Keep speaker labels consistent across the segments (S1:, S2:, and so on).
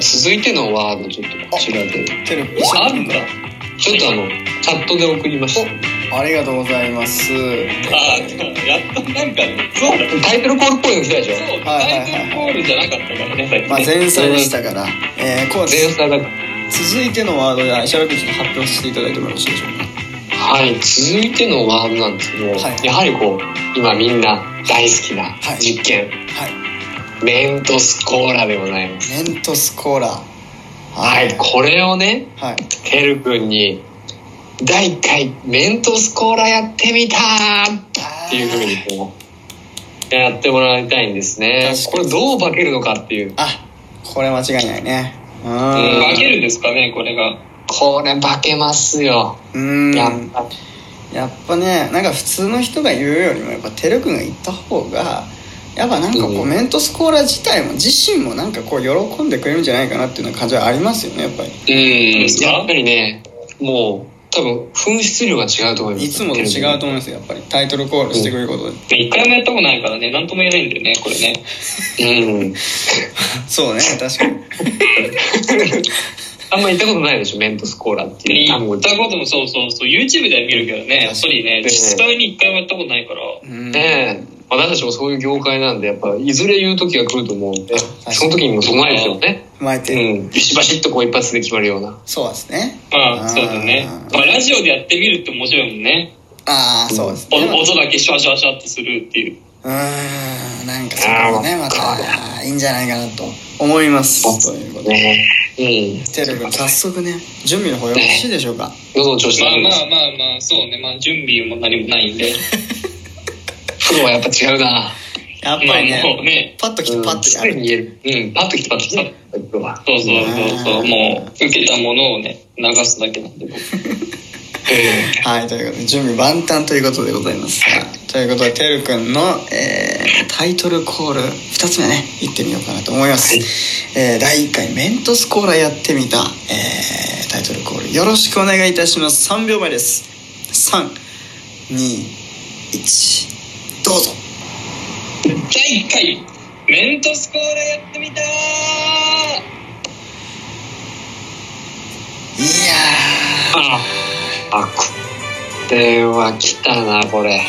S1: 続いてのワードちょっとこちらで
S2: テロップ一緒
S1: あ
S2: に
S1: んだちょっとあのチャットで送りました
S2: ありがとうございます
S3: あーやっとなんかそうだ
S1: タイトルコールっぽいの来たでしょ
S3: そう
S2: はいはいはい
S3: タイトルコールじゃなかったからねさっきね
S2: まあ前菜でしたから、えー、コー
S1: 前
S2: ス
S1: 作だから
S2: 続いてのワードで石原君ちょっと発表していただいてもよろしいでしょうか
S1: はい続いてのワードなんですけど、
S2: はい
S1: やはりこう今みんな大好きな
S2: はい
S1: 実験、
S2: はい
S1: メントスコーラでございます
S2: メントスコーラ
S1: はいこれをね
S2: はい
S1: てるくんに「第1回メントスコーラやってみた!」っていうふうにこうやってもらいたいんですね
S2: 確
S1: こ
S2: か
S1: れ
S2: に
S1: どう化けるのかっていう
S2: あこれ間違いないねう
S3: うん
S2: ー
S3: 負けるんですかねこれが
S1: これ化けますよ、
S2: んう
S1: やっ
S2: ーん
S1: ぱ
S2: やっぱねなんか普通の人が言うよりもやっぱてるくんが言った方がやっぱなんかこ
S1: う
S2: うんメントスコーラ自体も自身もなんかこう喜んでくれるんじゃないかなっていうような感じはありますよねやっぱり
S1: うんやっぱりねもう多分噴出量が違うと思います
S2: いつもと違うと思いますよやっぱりタイトルコールしてくれることで、
S3: 一回もやったことないからね何とも言えないんだよねこれね
S1: うん
S2: そうね確かに
S1: あんま行ったことないでしょメントスコーラっていう単
S3: 行
S1: 語
S3: ったこともそうそうそう YouTube では見るけどねやっぱりね
S1: 確かに
S3: 実際に一回もやったことないから
S2: うん
S1: ねえ私たちもそういう業界なんでやっぱいずれ言う時が来ると思うんで
S2: かに
S1: その時にも備えてもね
S2: 踏まえてる、
S1: うんビシバシッとこう一発で決まるような
S2: そうですね
S3: まあそうだね
S2: あー
S3: まあラジオでやってみるって面白いもんね
S2: ああそうです
S3: お
S2: ね
S3: 音だけシュワシュワシュワってするっていう
S2: うーんなんかそこもね
S1: あー
S2: ま
S1: わか
S2: たいいんじゃないかなと思いますということで
S1: ねうん
S2: テレビ早速ね準備の方よろしいでしょうか
S1: 喉の調子
S3: まあ
S1: 悪い
S3: ま
S1: です
S3: あまあまあそうねまあ準備も何もないんで
S1: プロはやっぱ違うな
S2: やっぱ
S3: まあ
S2: りね
S3: もうね
S2: パッと来てパッとや
S1: 常
S2: る
S1: に言えるうんパッと来てパッと来てプロは
S3: そうそうそうそううんもう受けたものをね流すだけなんで
S1: え
S3: 僕
S2: はいということで準備万端ということでございますということでてるくんの、えータイトルコール2つ目ねいってみようかなと思います、えー第1回メントスコーラやってみた、えータイトルコールよろしくお願いいたします3秒前です321どうぞ
S3: 第1回メントスコーラやってみたー
S2: いや
S1: ああこれは来たなこれ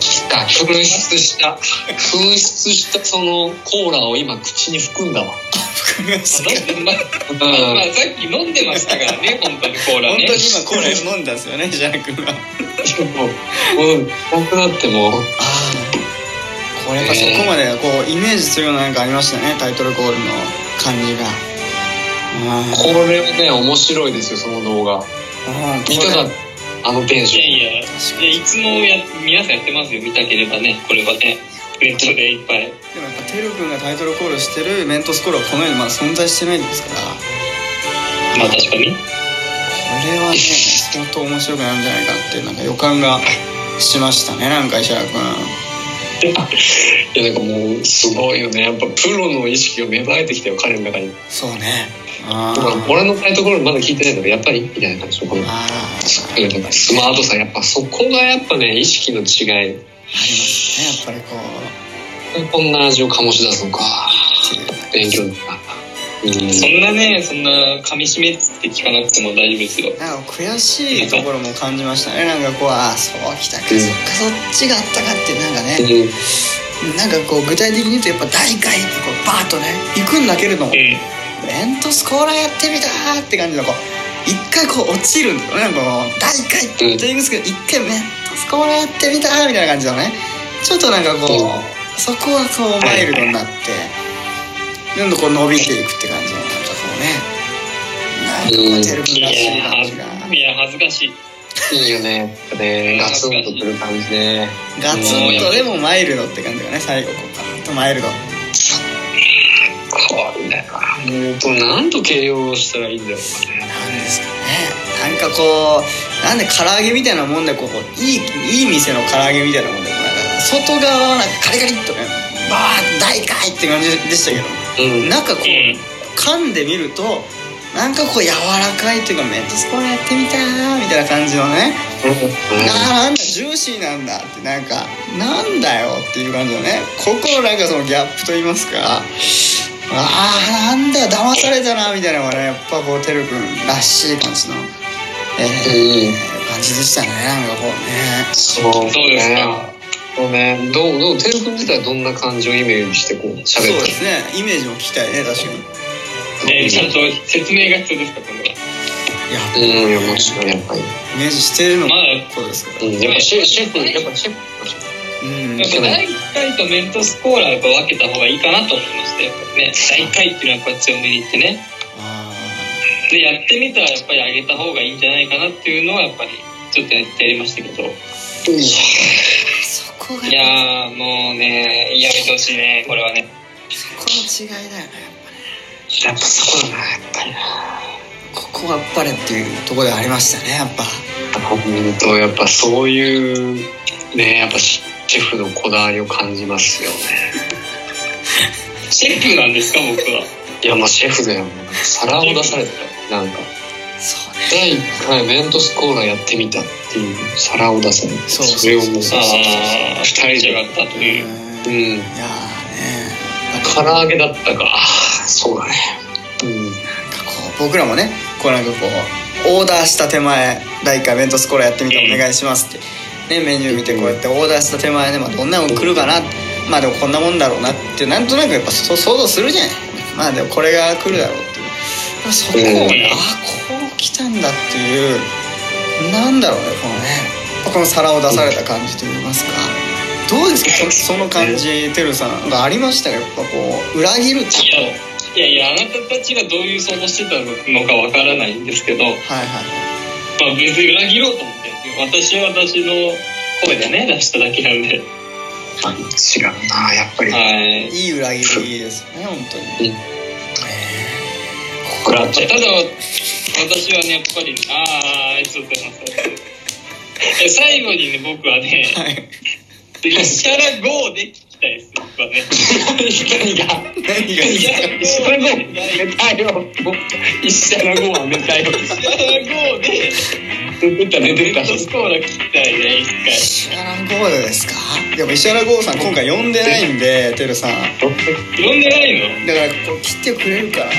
S1: 来た噴出した噴出したそのコーラを今口に含んだわ
S2: ー含みましたか
S3: まあ
S1: うん
S3: まあまあさっき飲んでましたからね本当にコーラ
S2: 本
S3: ね
S2: 当に今コーラ飲んだんですよね石原君は
S1: もうもうなくなってもう
S2: ああこれやっぱそこまでこうイメージするようななんかありましたねタイトルコールの感じがうん
S1: これはね面白いですよその動画
S2: うん
S1: 見たかったあのテンシ
S3: いや
S1: ョン
S3: いやいやいつもや皆さんやってますよ見たければねこれはねネットでいっぱい
S2: でもやっぱテル君がタイトルコールしてるメントスコールはこの世にまだ存在してないんですからこ
S3: まあ確かに
S2: れはね相当面白くなるんじゃないかっていうなんか予感がしましたねなんか石原君
S1: いやなんかもうすごいよねやっぱプロの意識が芽生えてきたよ彼の中に
S2: そうねあ
S1: ほら
S2: ー
S1: 俺のタイトルコールまだ聞いてないんだけどやっぱりみたいな感じのこの
S2: あ
S1: ス
S2: ーあ
S1: マートさやっぱそこがやっぱね意識の違い
S2: りますねやっぱりこ
S1: こんな味を醸し出すのか
S2: うってい
S1: 勉
S2: う
S1: 強だなうん
S3: そんなねそんな噛み締めっつって聞かなくても大丈夫ですよ
S2: なんか悔しいところも感じましたねなんかこうああそうきたか、
S1: うん
S2: そっかそっちがあったかってなんか
S1: う
S2: ね、
S1: ん
S2: なんかこう具体的に言うとやっぱ大会ってこうバーッとね行くんだけれども、
S3: うん
S2: メントスコーラやってみたーって感じのこう一回こう落ちるんだよねなんかこう大会って言うんですけど一回メントスコーラやってみたーみたいな感じのねちょっとなんかこう、
S1: うん
S2: そこはこうマイルドになって、どんどんこう伸びていくって感じのなんかこうねなんかこうテル君らしい感じが。
S3: いや恥ずかしい
S1: いいよねやっぱねガツンとくる感じね
S2: ガツンとでもマイルドって感じがね最後こうパーンとマイルド
S1: これはもうと何と形容したらいいんだろうかね
S2: なんですかねなんかこうなんで唐揚げみたいなもんでこういいいい店の唐揚げみたいなもんでこうなんか外側はなんかカリカリっとねバーッ大かいって感じでしたけど
S1: うん
S2: 中こ
S3: うん
S2: う噛んでみるとなんかこう柔らかいというかメントスコーラやってみたーみたいな感じのねななんだジューシーなんだってなんかなんだよっていう感じのねここのなんかそのギャップと言いますかああなんだよ騙されたなみたいなのがねやっぱこうてるくんらしい感じの、えー
S1: うん。
S2: 感じでしたねなんかこうね
S1: そう
S3: どうですか
S1: そうね。どう、どう、てるくん自体どんな感じをイメージしてこう、
S2: そう
S1: 喋っ
S2: ですねイメージも聞きたいね確かに
S3: えーちゃんと説明が必要ですか、今度は。
S2: いや
S1: たうん、いやもちろんやっぱり。
S2: イメージしてるのも
S3: まあ
S2: そうですから
S1: うん、やっぱシェシェフ、やっぱシェフ。
S2: うん
S3: やっぱ第1回とメントスコーラを分けた方がいいかなと思いましたやっぱりね第1回っていうのはこう強めにいってね
S2: あ
S3: でやってみたらやっぱり上げた方がいいんじゃないかなっていうのはやっぱりちょっとやってやりましたけどい
S2: ーそこが
S3: やーもうねやめてほしいねこれはね
S2: そこの違いだよねや
S1: やっ
S2: っぱね
S1: ぱそこだな、やっぱりな。
S2: ここはやっぱりっていうところではありましたねやっぱ
S1: 本当やっぱそういうねやっぱシェフのこだわりを感じますよね
S3: シェフなんですか僕はい
S1: やまあシェフだよもう皿を出されたよなんか
S2: そうね
S1: 第1回メントスコーラやってみたっていう皿を出されて
S2: そうそう
S1: れをもう
S2: そうそう
S3: ああ
S1: 2人
S3: 上
S1: で
S3: がったと
S2: うん
S3: い
S2: いう
S1: うん
S2: やーね
S1: ん唐揚げだったかああそうだねうん
S2: なんかこう僕らもねこうなんかこうオーダーした手前第1回メントスコーラやってみてお願いしますって、ね、メニュー見てこうやってオーダーした手前で、まあ、どんなの来るかなまあでもこんなもんだろうなってなんとなくやっぱそ想像するじゃないまあでもこれが来るだろうっていうそこをね、
S3: うん
S2: あこう来たんだっていうなんだろうねこのねこの皿を出された感じといいますかどうですかそその感じてるさんがありましたかやっぱこう裏切るって
S3: い
S2: いう
S3: やいやいやあなたたちがどういう想像してたのかわからないんですけど、ま
S2: はいはい
S3: あ、別に裏切ろうと思って私は私の声でね出しただけなんで
S1: あ違うなやっぱり
S3: はい
S2: いい裏切りです ね本当に
S1: これは
S3: ただ私はねやっぱりああちょっと待って最後にね僕はね
S2: はい。
S3: 一から5で聞きたいです僕はね
S1: 何が
S2: 何がいいですか。
S1: 石原号メタよ石原号はメタよ
S3: 一から5で
S1: 出 てた出て
S3: レ
S1: た
S3: ッドスコーラ聞きたいね一回
S2: 石原豪ですか。でも石原豪さん今回呼んでないんで、てるさん。だか
S3: 呼んでないの
S2: らこう来てくれるから。